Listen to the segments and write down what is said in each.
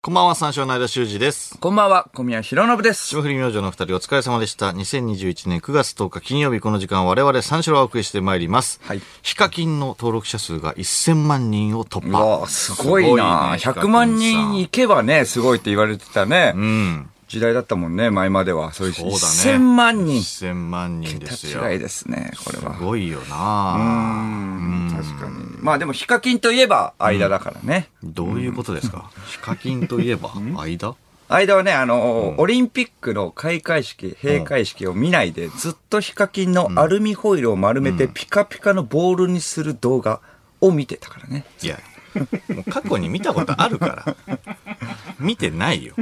こんばんは、三章の間修二です。こんばんは、小宮弘信です。霜降り明星のお二人お疲れ様でした。2021年9月10日金曜日この時間我々三章をお送りしてまいります。はいヒカキンの登録者数が1000万人を突う破わ。すごいなすごいね100万人ヒいけばね、すごいって言われてたカね、キンさんうん。時代だったもんね、前までは。そういうそうだね。 1000万人。 1000万人ですよ。桁違いですね、これは。すごいようなーん、確かに。まあでも、ヒカキンといえば、間だからね。どういうことですかヒカキンといえば、間間はね、あのー、オリンピックの開会式、閉会式を見ないで、ずっとヒカキンのアルミホイルを丸めて、ピカピカのボールにする動画を見てたからね。いや、もう過去に見たことあるから。見てない よ。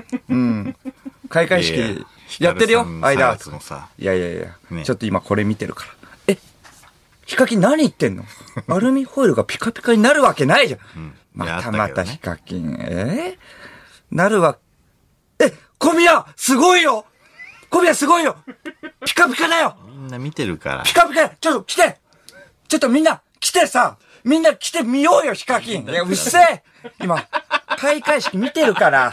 開会いやいや式、やってるよヒカル、さん間。 3月のさいやいやいや、ねちょっと今これ見てるから。え、ヒカキン何言って んのアルミホイルがピカピカになるわけないじゃん。いやまあったけどたねまたヒカキン、えーなるわ、え、小宮すごいよ小宮すごいよピカピカだよみんな見てるからピ。カピカちょっと来てちょっとみんな来てさみんな来てみようよヒカキンいや、うっせえ今、開会式見てるから。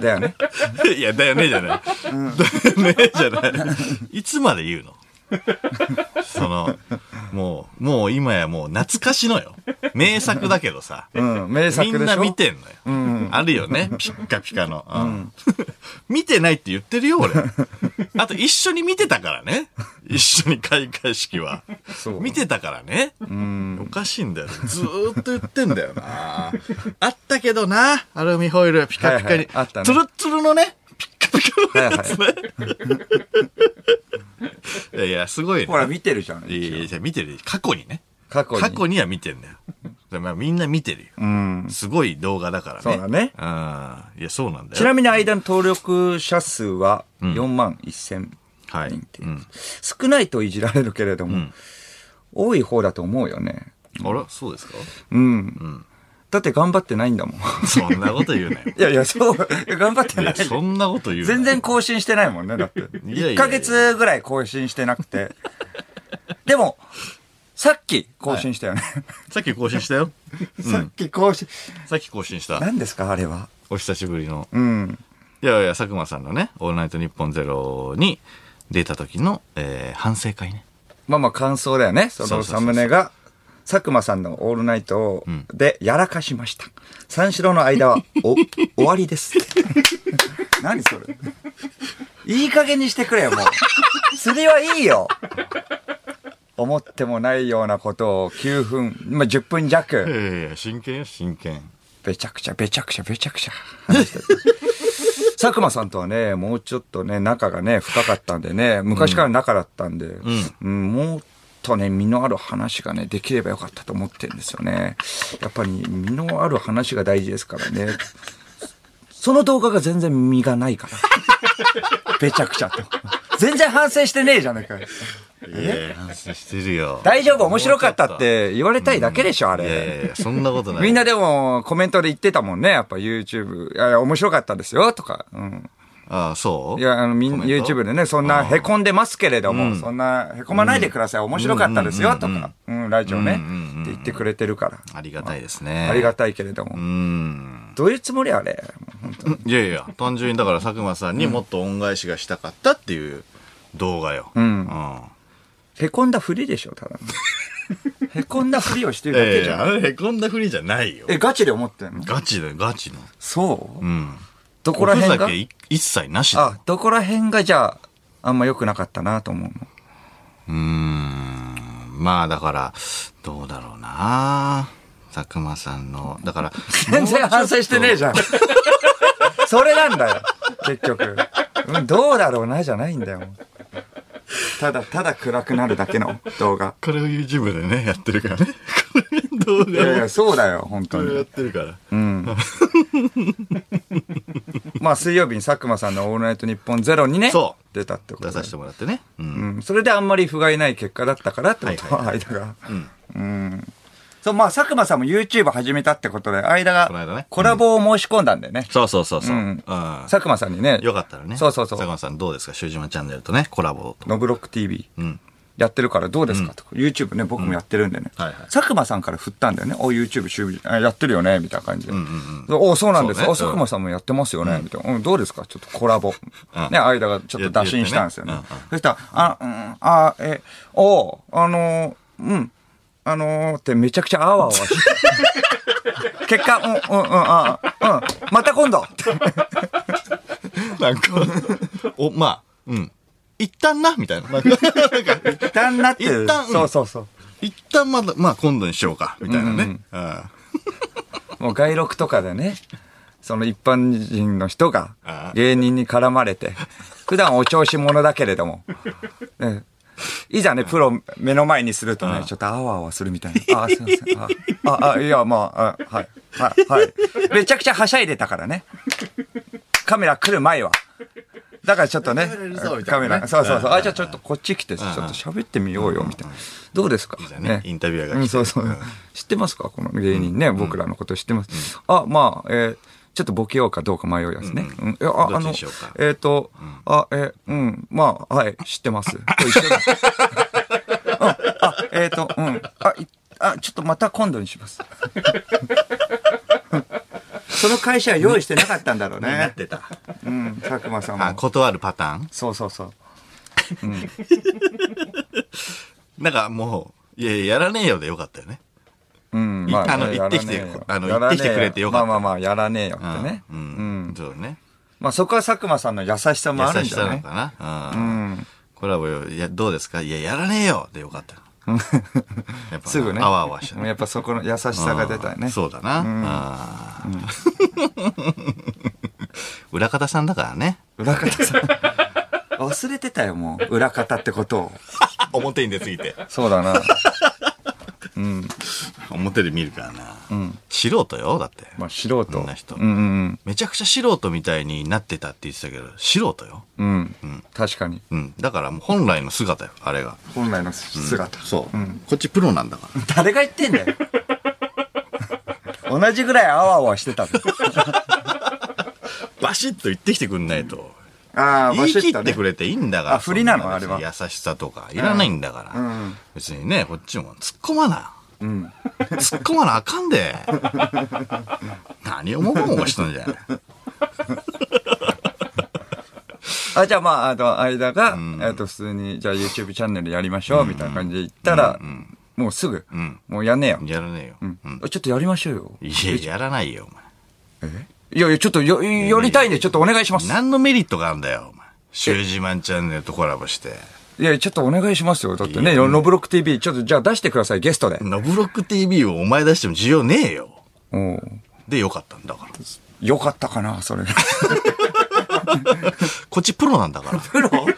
だよね。 いや、だよねじゃない。だよねじゃない。いつまで言うの その、もう、もう今やもう懐かしのよ。名作だけどさ。うん、名作みでしょんな見てんのよ。あるよね。ピッカピカの。うん 見てないって言ってるよ、俺。あと一緒に見てたからね。一緒に開会式は。そう見てたからね。おかしいんだよ。ずーっと言ってんだよな。あったけどな、アルミホイル、ピカピカに。はいはいあったねツルッツルのね、ピッカピカのやつね。いやいや、すごいね。ほら見てるじゃん。いやいやいや、見てる。過去にね。過去に。過去には見てんだよ。でまあ、みんな見てるよ。うん。すごい動画だからね。そうだねうん。いや、そうなんだよ。ちなみに間の登録者数は4万1000はい。人っていう、うん少ないといじられるけれども、多い方だと思うよね。あら、そうですかうん。だって頑張ってないんだもん。そんなこと言うなよ。 いやいや、そう、頑張っていなや、い。そんなこと言うなよ全然更新してないもんね、だって。いやいや1ヶ月ぐらい更新してなく て。でも、さっき更新したよね。さっき更新したよ。 さっき更新。さっき更新した。何ですか、あれは。お久しぶりの。うん。いやいや、佐久間さんのね、オールナイトニッポンゼロに出た時の、えー反省会ね。まあまあ感想だよね。そそうのそうそうそうサムネが、佐久間さんのオールナイトでやらかしました。三四郎の間は、お、 終わりです。 何それ。いい加減にしてくれよ、もう。釣りはいいよ。思ってもないようなことを9分、まあ、10分いや弱、いや、真剣よ、真剣。べちゃくちゃ、べちゃくちゃ、べちゃく ちゃ話してた。佐久間さんとはね、もうちょっとね、仲がね、深かったんでね、昔から仲だったんで、うんもっとね、身のある話がね、できればよかったと思ってるんですよね。やっぱり、身のある話が大事ですからね。その動画が全然身がないから。 べちゃくちゃと。全然反省してねえじゃないかよ。ええ、反省してるよ。大丈夫、面白かったって言われたいだけでしょ、あいれ。やいやいや、そんなことない。 みんなでもコメントで言ってたもんね。やっぱ YouTube。いやいや、面白かったですよ、とか。うん。ああ、そういいや、あの、みん、YouTube でね、そんなへこんでますけれども、そんなへこまないでください。面白かったですよ、とか。うん、ラジオね。うんうんうんうんって言ってくれてるから。ありがたいですね。ありがたたいけれども。うーん。どういうつもりあれ本当にいやいや、単純にだから佐久間さんにもっと恩返しがしたかったっていう動画よ。んうん。へこんだふりでしょ、ただ の。へこんだふりをしてるだえけえじゃん。あれへこんだふりじゃないよ。え、ガチで思ってんのガチだよ、ガチの。そううん。どこら辺おふざがけい一切なしだあ、どこら辺がじゃあ、あんま良くなかったなと思うの。うーんまあだから、どうだろうな。佐久間さんの、だから、全然反省してねえじゃん。 それなんだよ、結局。うんどうだろうな、じゃないんだよ。ただ、ただ暗くなるだけの動画。これを YouTube でね、やってるからね。これ、どういやいだろう。や、そうだよ、本こ当れやっに。てるから。うん。まあ、水曜日に佐久間さんのオールナイトニッポンゼロにね、そ出たってこと出でさせてもらってね。う。うんん。それであんまり不甲斐ない結果だったからってことは、間が。うん。そう、まあ、佐久間さんも YouTube 始めたってことで、間この間がねコラボを申し込んだんでね。そうそうそうそう。ううんん。佐久間さんにね、よかったらね。そうそうそう佐久間さんどうですかシュージマチャンネルとね、コラボと。ノブロック TV。 うん。やってるからどうですか、とか、YouTube ね、僕もやってるんでね、はいはい佐久間さんから振ったんだよね。お、YouTube 週あやってるよね、みたいな感じで。うんうんお、そうなんです。そうねお、佐久間さんもやってますよね、みたいな。うん、どうですかちょっとコラボ。ね、間がちょっと打診したんですよね。やってねそしたら、あ、うん、あ、え、お、あのーうん、あのーってめちゃくちゃあわあ わして。結果、うん、うん、うん、あ、うん、また今度って なんか、 お、まあ、うん。一旦な、みたいな。なんか、 なんか一旦なってる一旦うんそうそうそう。一旦まだ、まあ今度にしようか、みたいなね。うんあもう外録とかでね、その一般人の人がああ芸人に絡まれて、普段お調子者だけれども、ねいざね、プロ目の前にするとああね、ちょっとあわあわするみたいな。ああ、すいません。ああ、あいや、まあ、あはい、はい、はい。めちゃくちゃはしゃいでたからね。カメラ来る前は。だからちょっとねカメラいるぞみ、たいなカねメラ、そうそうそう。あ、じゃあちょっとこっち来て、ちょっと喋ってみようよ、みたいな。どうですかいざねインタビュアーが来てうんそうそう。知ってますかこの芸人ね、僕らのこと知ってます。あ、まあ、えーちょっとボケようかどうか迷うやつね。うんいやあどっあちのにしようか、えっと、あ、えー、うん、まあ、はい、知ってます。 と一緒だ。うんあ、えっと、うん、あ、いあ、ちょっとまた今度に します。その会社は用意してなかったんだろうーなっね。てた。うん、佐久間さんあ、も。断るパターンそうそうそう。なんかもう、いやいや、やらねえよでよかったよね。うん、いあのやらねえよ行ってきてあのやら行ねえってきてくれてよかったまあまあまあ、やらねえよっうんてね。ううんん。そうね。まあそこは佐久間さんの優しさもあるん優しじさゃななのいかな。う。うんん。コラボよ、いや、どうですかいや、やらねえよでよかった。やっぱ すぐね。あわあわしたね。やっぱそこの優しさが出たようんね。そうだな。あー 裏方さんだからね。裏方さん。 忘れてたよ、もう。裏方ってことを。表に出すぎて。そうだな。うん。 表で見るからな。うん。素人よ、だって。まあ素人。こんな人うんうんめちゃくちゃ素人みたいになってたって言ってたけど、素人よ。うん。うん。確かに。うん。だからもう本来の姿よ、あれが。本来の姿。そう。んこっちプロなんだから。誰が言ってんだよ。 同じぐらいあわあわしてたぞ。バシッと言ってきてくんないと。ああ、言い切ってくれ。れていいんだから。あ振りなのそん別にあれ優しさとか、いらないんだから。うん別にね、こっちも突っ込まな。うん。突っ込まなあかんで。何をもごもごしとんじゃん。あ、じゃあまあ、あの、間が、んえっと、普通に、じゃあ YouTube チャンネルやりましょう、みたいな感じで言ったら、もうすぐ、んもうやんねえよ。やらねえよ。うん。あちょっとやりましょうよ。いや、やらないよ、お前。いやいや、ちょっとよ、やりたいんで、ちょっとお願いします。何のメリットがあるんだよ、お前。シュージマンチャンネルとコラボして。いや、ちょっとお願いしますよ。だっていやね、ノブロック TV、ちょっとじゃあ出してください、ゲストで。ノブロック TV をお前出しても需要ねえよ。うん。で、よかったんだから。よかったかな、それ。 こっちプロなんだから。 プロプ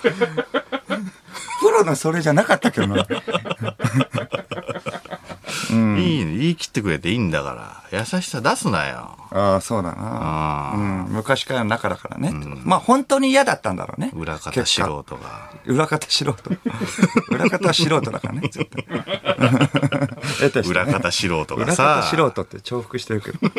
ロのそれじゃなかったけど な。いいね、言い切ってくれていいんだから。優しさ出すなよ。ああ、そうだな。うん。昔からの中だからね。まあ、本当に嫌だったんだろうね。裏方結素果人が。裏方素人。 裏方は素人だか らね、絶対。得てしてね裏方素人が裏さ方。素人って重複してるけど。だか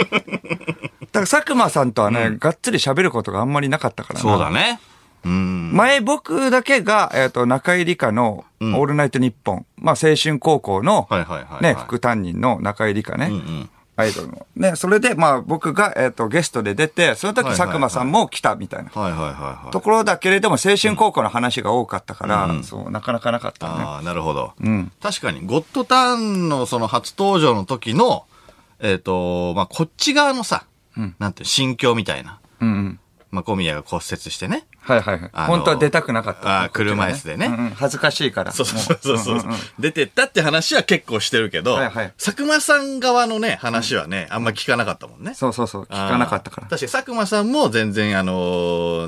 ら佐久間さんとはね、がっつり喋ることがあんまりなかったからなそうだね。うん。前僕だけが、えっ、と、中井理香の、オールナイトニッポン、まあ、青春高校の、はいはいはいはいね、副担任の中井理香ね、んアイドルの。ね、それで、まあ、僕が、えっ、と、ゲストで出て、その時はいはいはい佐久間さんも来たみたいな。はいはいはいはい。ところだけれども、青春高校の話が多かったから、そう、なかなかなかったね。ああ、なるほど。確かに、ゴッドターンのその初登場の時の、えっ、と、まあ、こっち側のさ、なんていう、心境みたいな。うんうん。まあ、小宮が骨折してね。はいはいはい。あの本当は出たくなかった。あー車椅子でねうんうん恥ずかしいから。そうそうそうそう。出てったって話は結構してるけど、はいはい佐久間さん側のね、話はね、あんま聞かなかったもんね。そうそうそう。聞かなかったかあーら。確かに佐久間さんも全然、あの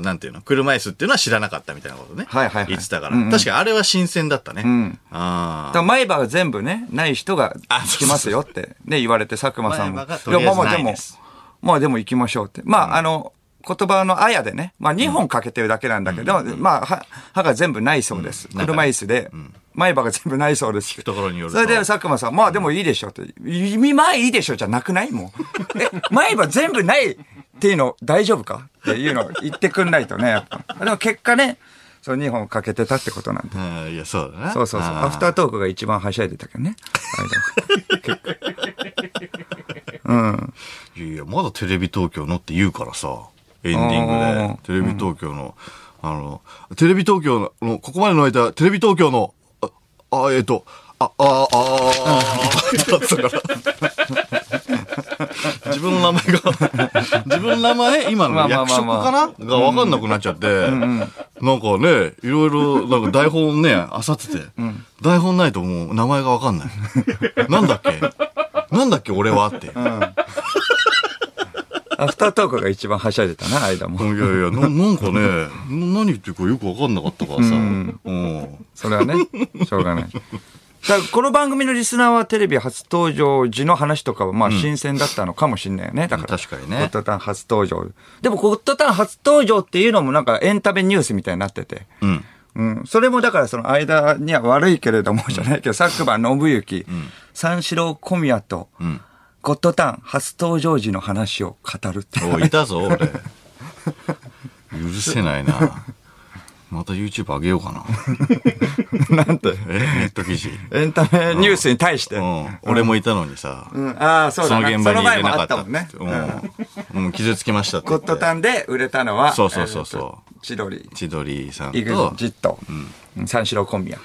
ーなんていうの、車椅子っていうのは知らなかったみたいなことね。はいはいはい言ってたから。うんうん確かにあれは新鮮だったね。んああ。だから前歯が全部ね、ない人があ行きますよって、ね、言われて佐久間さんも。前歯がとりあえずないでもです、まあでも行きましょうって。まあ、あの、言葉のあやでね、まあ2本かけてるだけなんだけど、まあ歯歯が全部ないそうです。ん車椅子で、前歯が全部ないそうです。聞くところによるそとれで佐久間さん、まあでもいいでしょって、意味前いいでしょじゃなく ないもう。え、前歯全部ないっていうの大丈夫かっていうのを言ってくんないとね、やっぱ。でも結果ね、その2本かけてたってことなんだ。あーいや、そうだな。 そうそうそう。あーアフタートークが一番はしゃいでたけどね。 いや、まだテレビ東京のって言うからさ、エンディングあで。テレビ東京の、あの、テレビ東京の、ここまでの間、テレビ東京の、あ、あえっ、と、あ、あ、あ、あ、だったから。自分の名前が、自分の名前、今まあのま役あまあ職まあかながわかんなくなっちゃって、なんかね、いろいろ、なんか台本ね、あさってて、台本ないともう名前がわかんない。なんだっけなんだっけ俺はって。アフタートークが一番はしゃいでたな、間いも。やい や、ななんかね、な何言ってるかよくわかんなかったからさ。うんうんそれ はね、しょうがない。だからこの番組のリスナーはテレビ初登場時の話とかはまあ新鮮だったのかもしれないよね。だから、確かにゴッね。ドタン初登場。でもゴッドタン初登場っていうのもなんかエンタメニュースみたいになってて。うん。うん。それもだからその間には悪いけれどもじゃないけど、佐久間信行、三四郎小宮と、うん。ゴッドタン初登場時の話を語るって。おい、いたぞ、俺。許せないな。また YouTube 上げようかな。 なんて。え、ネット記事。エンタメニュースに対して。う。うん俺もいたのにさ。ああ、そうそだのな現場にその行前けもなあかっったたもんね。っうんてうん。うん、傷つきましたってゴ言っッドて。タンで売れたのは、。そうそうそうそう千鳥、千鳥さんイグと、ジット、うん三四郎小宮。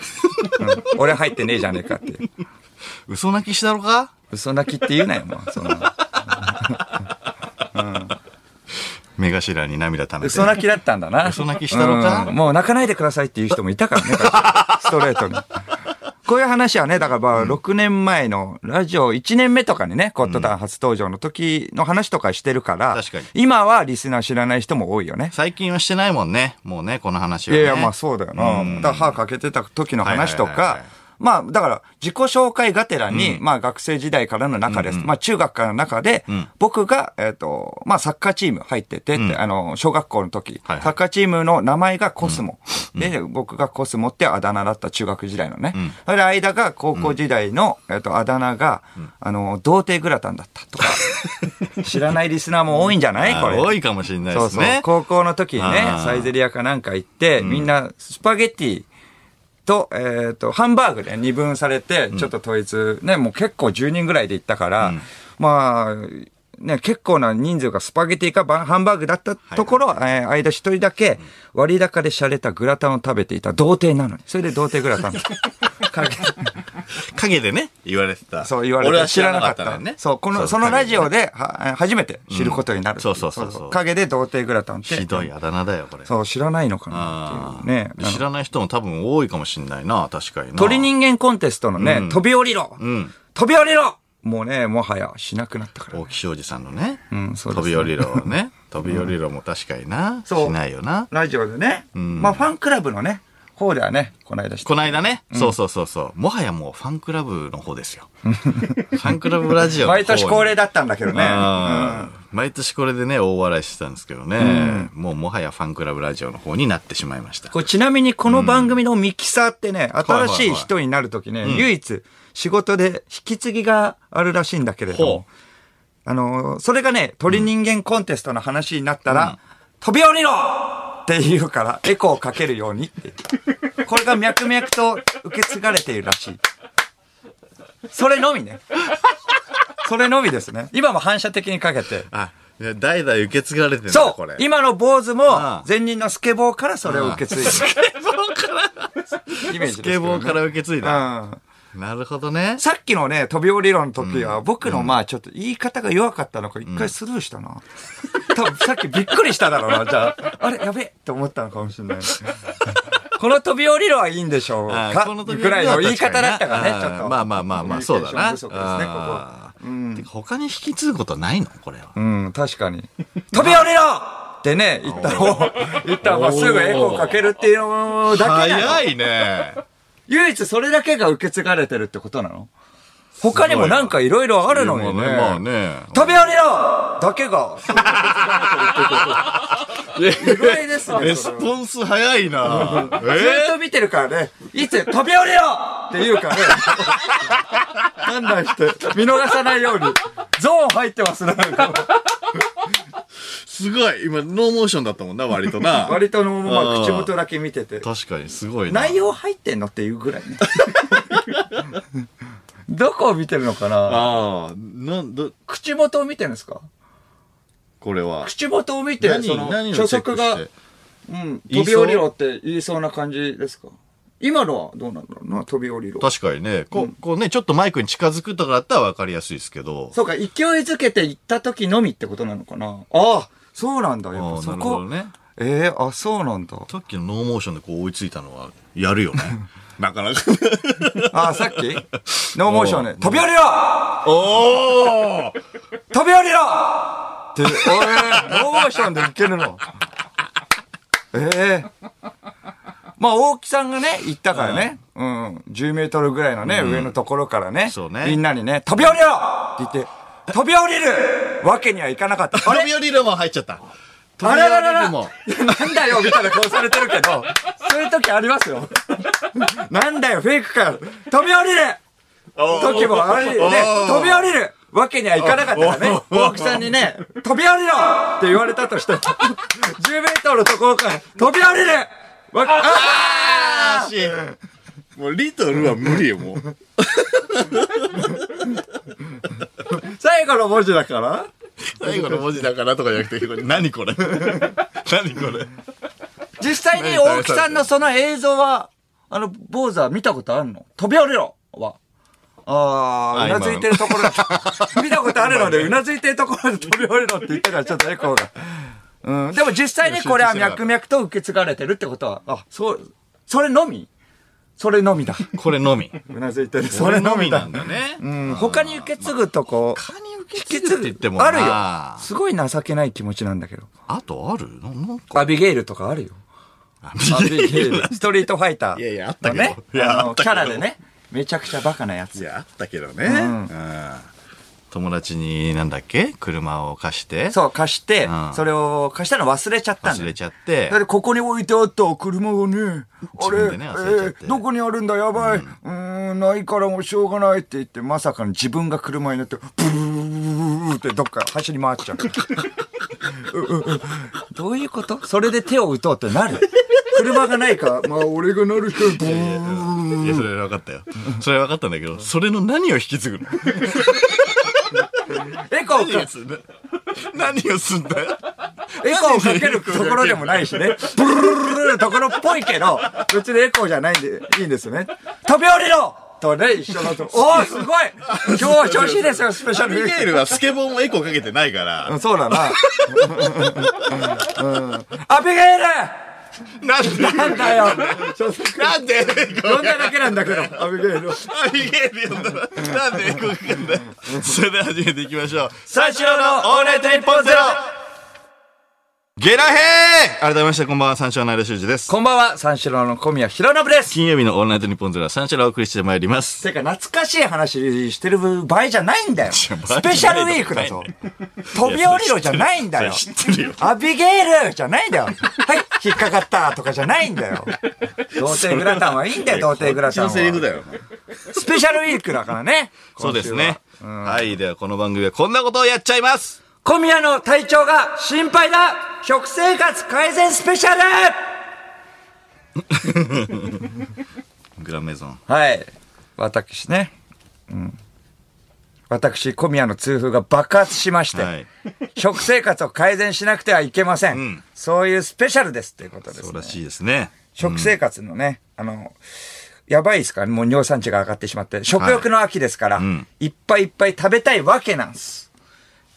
うん俺入ってねえじゃねえかっていう。嘘泣きしたのか嘘泣きって言うなよ、もう。そんな目頭に涙溜めて。嘘泣きだったんだな。嘘泣きしたのかうんもう泣かないでくださいっていう人もいたからね、 ストレートに。こういう話はね、だからまあ6年前のラジオ1年目とかにね、コットタン初登場の時の話とかしてるから、確かに今はリスナー知らない人も多いよね。最近はしてないもんね。もうね、この話いは、やね。いや、まあそうだよな。うんだから歯かけてた時の話とはいはいはいはかい、まあだから自己紹介がてらに、まあ学生時代からの中です。まあ中学からの中で、僕が、えっと、まあサッカーチーム入っててって、あの、小学校の時、はいはいサッカーチームの名前がコスモ。で、僕がコスモってあだ名だった中学時代のね。それで間が高校時代の、えっと、あだ名が、あの、童貞グラタンだったと か、知らないリスナーも多いんじゃないあこれ。多いかもしれないそでうすそうね。。高校の時にねあ、ーサイゼリアかなんか行って、みんなスパゲッティと、えっ、と、ハンバーグで二分されて、ちょっと統一、ね、もう結構10人ぐらいで行ったから、まあ、ね、結構な人数がスパゲティかバンハンバーグだったところ、えー間一人だけ割高で洒落たグラタンを食べていた童貞なのに。それで童貞グ ラタンだかけ影でね、言われてた。そう言われ俺ては知知ららななかかっったたののねね。。そう、この、そのラジオで。では初めて知ることになる。そうそうそうそう影で童貞グラタンって。ひどいあだ名だよ、これ。そう、知らないのかなあっーていうね。知らない人も多分多いかもしれないな、確かにな。鳥人間コンテストのね、飛び降りろ、ん飛び降りろもうね、もはやしなくなったから。大木庄司さんのね。うんそう飛ですび降りろをね。飛び降りろも確かにな。そうしないよな。ラジオでね、んまあファンクラブのね、方ではね、この間知ったこないだね、そうそうそうそう。もはやもうファンクラブの方 ですよ。ファンクラブラジオの方に毎年恒例だったんだけどね。あー毎年これでね、大笑いしてたんですけどね。もうもはやファンクラブラジオの方になってしまいました。これちなみにこの番組のミキサーってね、新しはいいはい人になるときね、唯一仕事で引き継ぎがあるらしいんだけれどもほ、あのー、それがね、鳥人間コンテストの話になったら、飛び降りろって言うから、エコーをかけるようにっていう。これが脈々と受け継がれているらしい。それのみね。それのみですね。今も反射的にかけて。あ、いや代々受け継がれてるんだ、そこうれ。今の坊主あもあ、前任のスケボーからそれを受け継いでる。スケボーからイメージスですけケどねボーから受け継いだ。うんなるほどね。さっきのね、飛び降り論の時は、僕のまあちょっと言い方が弱かったのか、一回スルーしたな。多分さっきびっくりしただろうな、じゃあ。あれ、やべえって思ったのかもしれ ない。この飛び降り論はいいんでしょうあかこの時ぐらいの言い方だったからね、あーちょっと。まあまあまあまあ、そうだな。コミュニケーション不足ですね、ここ。あーてか他に引き継ぐことないのこれは。うん、確かに。飛び降りろってね、言ったのを、言ったのがすぐエコーかけるっていうのだけな早の。い ね。唯一それだけが受け継がれてるってことなの他にもなんかいろいろあるのにね。まあね。飛び降りろだけが、そんな受け継がれてるってこと。意外ですね。レそスれはポンス早いな。ずっ えと見てるからね、いつ飛び降りろって言うからね。判断して、見逃さないように。ゾーン入ってますね。なんかーすごい今、ノーモーションだったもんな、 割とな。割との、まうあ、ん口元だけ見てて。確かに、すごいな。内容入ってんのっていうぐらいね。 どこを見てるのかなああ、なんだ、口元を見てるんですかこれは。口元を見て、そ何、の、何初をチェッ速クがし、て。うん、言い飛そうび降りろって言いそうな感じですか今のはどうなんだろうな、飛び降りろ。確かにね、こう、こうね、ちょっとマイクに近づくとかだったら分かりやすいですけど。そうか、勢いづけて行った時のみってことなのかなああ、そうなんだ、やっあぱあ、なそるほどこ。ね。えー、あ、そうなんだ。さっきのノーモーションでこう追いついたのは、やるよね。なかなか。あ、さっき ノーモーションおねう。飛び降りろ おー飛び降りろって、おいノーモーションでいけるの。ええまあ、大木さんがね、行ったからね。うん。10メートルぐらいのね、上のところからね。そうねみんなにね、飛び降りろって言って、飛び降りるわけに はいかなかった。あれ飛び降りるも入っちゃった。飛びあ降らららりらるも。なんだよみたいな顔されてるけど、 そういう時ありますよ。 なんだよ、フェイクかよ。飛び降りる時も あるねおー、飛び降りるわけにはいかなかったからね、おー 大木さんにね、飛び降りろって言われたとしても、10メートルのところから、飛び降りるわけ、ああーしもうリトルは無理よ、もう。ー最後の文字だから最後の文字だからとかじゃなくて、これ何これ 何これ実際に大木さんのその映像は、あの、坊主は見たことあるの飛び降りろは。ああ、あうなずいてるとこ ろ、見たことあるので、うなずいてるところで飛び降りろって言ったから、ちょっとエコーが。うん。でも実際にこれは脈々と受け継がれてるってことは、あ、そう、それのみそれのみだ。これのみ。うなずいてる。そこれれののみみなだん。だね。うん。他に受け継ぐとこ、他に受受けけ継ぐ継ってぐ言ってもなあるよ。すごい情けない気持ちなんだけど。あとあるななんか。アビゲイルとかあるよ。アビゲイル。ストリートファイター。いやいやあったけどねいやああっの、たキけどャラでね。めちゃくちゃバカなやいつ。や、あったけどね。うん。友達に、なんだっけ車を貸して。そう、貸してう、んそれを貸したの忘れちゃったん忘だよれちゃってだっ。てここに置いてあった車がね、あ自れ、分でね忘れちゃってえーどこにあるんだやばい、うーん、ないからもうしょうがないって言って、まさかの自分が車に乗って、ブーってどっか走り回っち ゃう。どういうことそれで手を打とうってなる。車がないか、まあ俺がなる人、ブーンいや、それは分かったよ。それは分かったんだけど、それの何を引き継ぐのエコ何ーかをすんだ何をすんだよエコーかけるところでもないしね。ブルルルルルのところっぽいけど、別にエコーじゃないんで、いいんですよね。飛び降りろとね、一緒のと。おーすごい今日は調子いいですよ、スペシャアビルウィゲイールはスケボーもエコーかけてないから。ク。そうだな。うん、アビゲイなんでルなんだよちょっとなんでエコー呼んだだけなんだけど、アビゲイルアを。ビゲイル呼んだら、なんでエコーかけんだよそれでは始めていきましょう。三四郎のオールナイトニッポンゼロゲラヘー改めまして、こんばんは、三四郎の間修二です。こんばんは、三四郎の小宮弘信です金曜日のオールナイトニッポンゼロは三四郎をお送りしてまいります。てか、懐かしい話してる場合じゃないんだよ。スや場合じゃないペシャルウィークだぞ。飛び降りろじゃないんだよ。知ってるよ。アビゲイルじゃないんだよ。はい、引っかかったとかじゃないんだ よ。童貞グラタンはいいんだよ、童貞グラタンは。こっちのセリフだよ。スペシャルウィークだからね。そうですね。今週はうんはい。では、この番組はこんなことをやっちゃいます。小宮の体調が心配だ食生活改善スペシャルグランメゾン。はい。私ね。うん。私、小宮の痛風が爆発しまして、はい 食生活を改善しなくてはいけません。んそういうスペシャルですということです、そうねら。しいですね。食生活のね、あの、やばいですからね、もう尿酸値が上がってしまって、食欲の秋ですから、んいっぱいいっぱい食べたいわけなんです。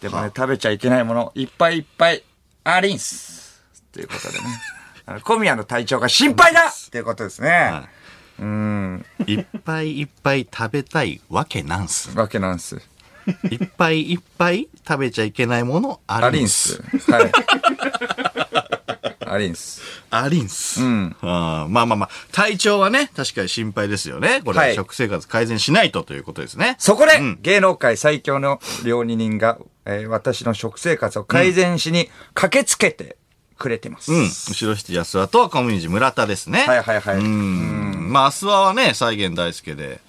でもね、食べちゃいけないもの、いっぱいいっぱいありんす。ということで ね。あの小宮の体調が心配だということですね。いっぱいいっぱい食べたいわけなんす。わけなんです。いっぱいいっぱい食べちゃいけないものあありりんんすす。。はい。ありんす。ありんす。んあーまあまあまあ、体調はね、確かに心配ですよね。これははい食生活改善しないとということですね。そこで、うん芸能界最強の料理人が、えー私の食生活を改善しに駆けつけてくれてます。うん。後ろ七安和とコミュニティ村田ですね。はいはいはい。うん。まあ、明日はね、再現大輔で、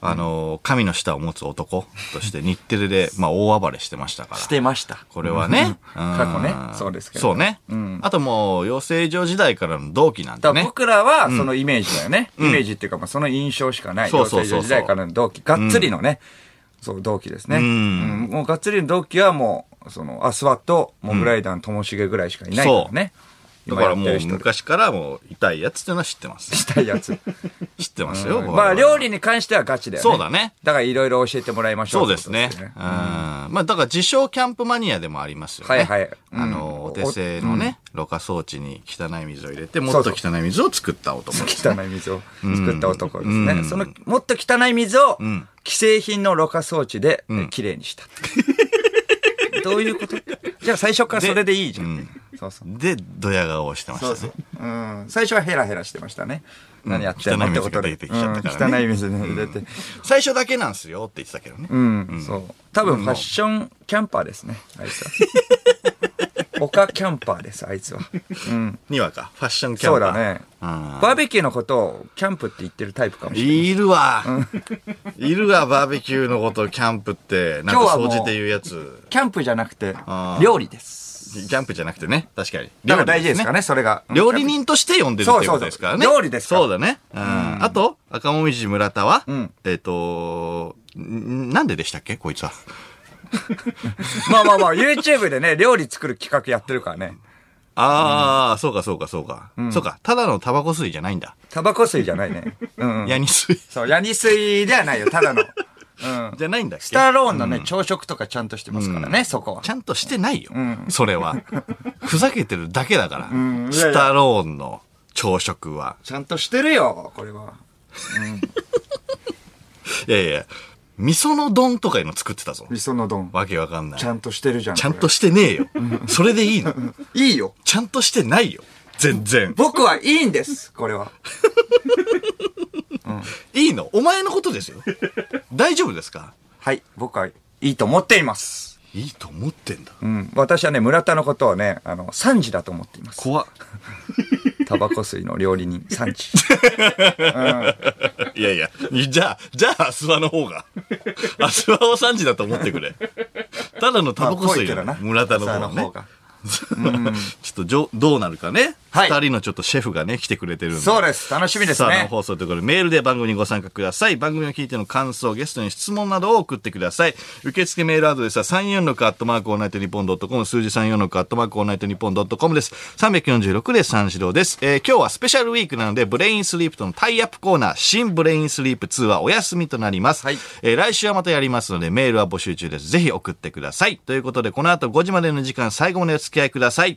あの、神の舌を持つ男として日テレ で、まあ、大暴れしてましたから。してました。これはね。過去ねんそうですけどそうね。あともう、養成所時代からの同期なんだでからね。僕らはそのイメージだよね。イメージっていうか、まあその印象しかない。そそううそそそうそううう時代からの同期、がっつりのね、そう、同期ですね。ううんんもうがっつりの同期はもう、その、アスワット、モグライダーのともしげぐらいしかいないからね。だからも今やうってる人で昔からもう痛いやつっていうのは知って ます。したいやつ。知ってますよ。まあ料理に関してはガチだよね。そうだね。だからいろいろ教えてもらいましょう。そうですね。うん。まあだから自称キャンプマニアでもありますよね。はいはいうんあの、お手製のね、ろ過装置に汚い水を入れて、もっと汚い水を作った男です。汚い水を作った男ですね。うんその、もっと汚い水をん、既製品のろ過装置で、え綺麗にした。 どういうことじゃあ最初からそれでいいじゃん。そうそう。で、ドヤ顔をしてましたそね。うそう。うん。最初はヘラヘラしてましたね。何やってんの汚いっ水がてことで。出てきちゃったからうんね汚い水ね、出て。最初だけなんすよって言ってたけどね。うん、そう。多分ファッションキャンパーですね、あい つは。他キャンパーです、あいつは。うん。にわか、ファッションキャそンうパー。だね。うんバーベキューのことをキャンプって言ってるタイプかもしれない。いるわ。いるわ、バーベキューのことをキャンプって、なんか掃除っていうやつ。キャンプじゃなくてあ、ー料理です。キャンプじゃなくてね、確かに。だから大事ですかね。ね、それが。料理人として呼んでるっていうことですからね。そうそうそう料理ですからそうだね。うんあと、赤もみじ村田はん、えっと、んなんででしたっけこいつは。まあまあまあ、YouTube でね、料理作る企画やってるからね。ああ、そうかそうかそうか。そうか、ただのタバコ吸いじゃないんだ。タバコ吸いじゃないね。うんうん。ヤニ吸いそう、ヤニ吸いではないよ、ただの。うん。じゃないんだっけスタローンのね、朝食とかちゃんとしてますからね、そこはち。ゃんとしてないよ。んそれ は。ふざけてるだけだから。んいやいスやタローンの朝食は。ちゃんとしてるよ、これは。いやいや、味噌の丼とかいうの作ってたぞ。味噌の丼。わけわかんない。ちゃんとしてるじゃん。ちゃんとしてねえよ。それでいいの。これ。いいよ。ちゃんとしてないよ。全然。僕はいいんです、これは。いいのお前のことですよ。大丈夫ですかはい、僕はいいと思っています。いいと思ってんだ。うん。私はね、村田のことをね、あの、3時だと思っています。怖っ タバコ吸いの料理人、産地。いやいや、じゃあ、じゃあ、アスワの方 が。アスワを3時だと思ってくれ。ただのタバコ吸いよ、まあぽいけどな村田の方村が、田ねの方。が ちょっとじょどうなるかね。二、はい人のちょっとシェフがね、来てくれてるんで。そうです。楽しみですさあ、生ね。放送ということで、メールで番組にご参加ください。番組を聞いての感想、ゲストに質問などを送ってください。受付メールアドレスは346アットマークオールナイトニッポンドットコム、数字346アットマークオールナイトニッポンドットコムです。346で三四郎です。えー今日はスペシャルウィークなので、ブレインスリープとのタイアップコーナー、新ブレインスリープ2はお休みとなります。はいえー来週はまたやりますので、メールは募集中です。ぜひ送ってください。ということで、この後5時までの時間、最後までお付き合いください。